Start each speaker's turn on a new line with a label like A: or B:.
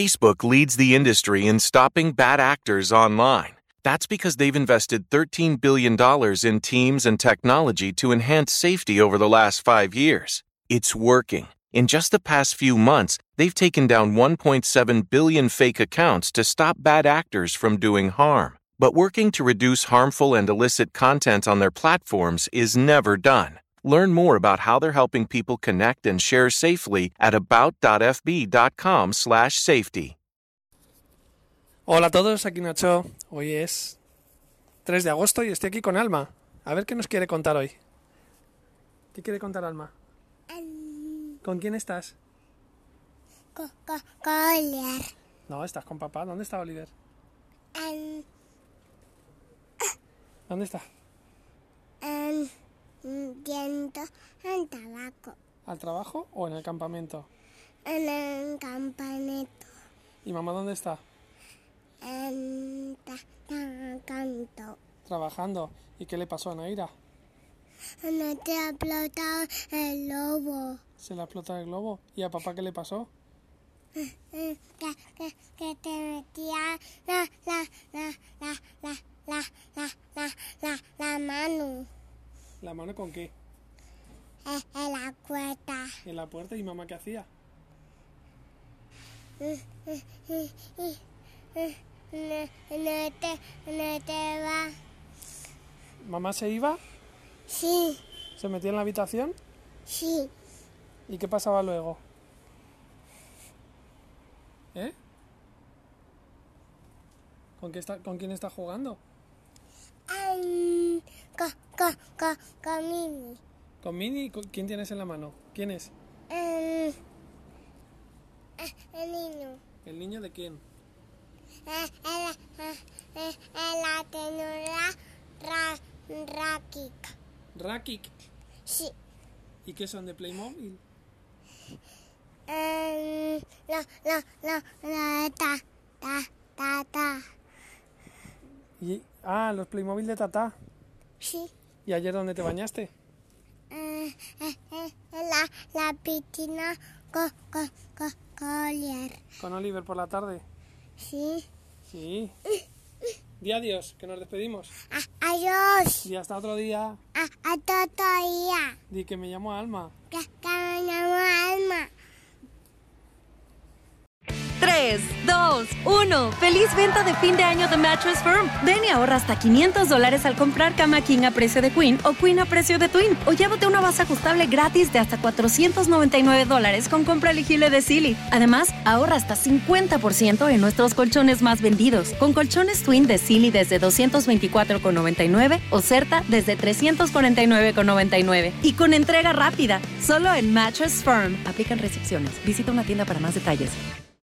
A: Facebook leads the industry in stopping bad actors online. That's because they've invested $13 billion in teams and technology to enhance safety over the last five years. It's working. In just the past few months, they've taken down 1.7 billion fake accounts to stop bad actors from doing harm. But working to reduce harmful and illicit content on their platforms is never done. Learn more about how they're helping people connect and share safely at about.fb.com/safety.
B: Hola a todos, aquí Nacho. Hoy es 3 de agosto y estoy aquí con Alma. A ver qué nos quiere contar hoy. ¿Qué quiere contar Alma? ¿Con quién estás?
C: Coca-Cola.
B: No, estás con papá. ¿Dónde está Oliver?
C: En,
B: ¿Dónde está?
C: en, yendo en tabaco.
B: ¿Al trabajo o en el campamento?
C: En el campanito.
B: ¿Y mamá dónde está?
C: En ta, ta- canto.
B: Trabajando. ¿Y qué le pasó a Naira?
C: No te ha explotado el lobo.
B: ¿Se le explota el globo? ¿Y a papá qué le pasó?
C: Eh, Que, que, que te metía la, la, la, la, la, la, la, la, la, la mano
B: ¿La mano con qué?
C: en, en la cueta.
B: ¿En la puerta? ¿Y mamá qué hacía?
C: No, no te, no te va.
B: ¿Mamá se iba?
C: Sí,
B: ¿Se metía en la habitación?
C: sí.
B: ¿Y qué pasaba luego? ¿Eh? ¿Con, qué está, ¿Con quién está jugando?
C: Ay, co, co, co, comini.
B: ¿Con Mini? ¿Con- ¿Quién tienes en la mano? ¿Quién es?
C: Eh, eh, el niño.
B: ¿El niño de quién?
C: Eh, eh, eh, eh, eh, la tenora ra, raquica.
B: Rakik.
C: Sí.
B: ¿Y qué son de Playmobil?
C: Eh, la, la, la, la, ta, ta, ta, ta.
B: Y, ah, los Playmobil de Tata.
C: Sí.
B: ¿Y ayer dónde te bañaste?
C: Eh, eh, eh, la, la piscina co, co, co, collier.
B: ¿Con Oliver por la tarde?
C: Sí.
B: Sí. Di adiós, que nos despedimos.
C: A- adiós.
B: Y hasta otro día.
C: A, a todo día.
B: Di que me llamo Alma.
C: Que, que me llamo Alma.
D: 3, 2, 1. Feliz venta de fin de año de Mattress Firm. Ven y ahorra hasta 500 dólares al comprar cama King a precio de Queen o Queen a precio de Twin. O llévate una base ajustable gratis de hasta 499 dólares con compra elegible de Silly. Además, ahorra hasta 50% en nuestros colchones más vendidos. Con colchones Twin de Silly desde 224,99 o Certa desde 349,99. Y con entrega rápida, solo en Mattress Firm. Aplican restricciones. Visita una tienda para más detalles.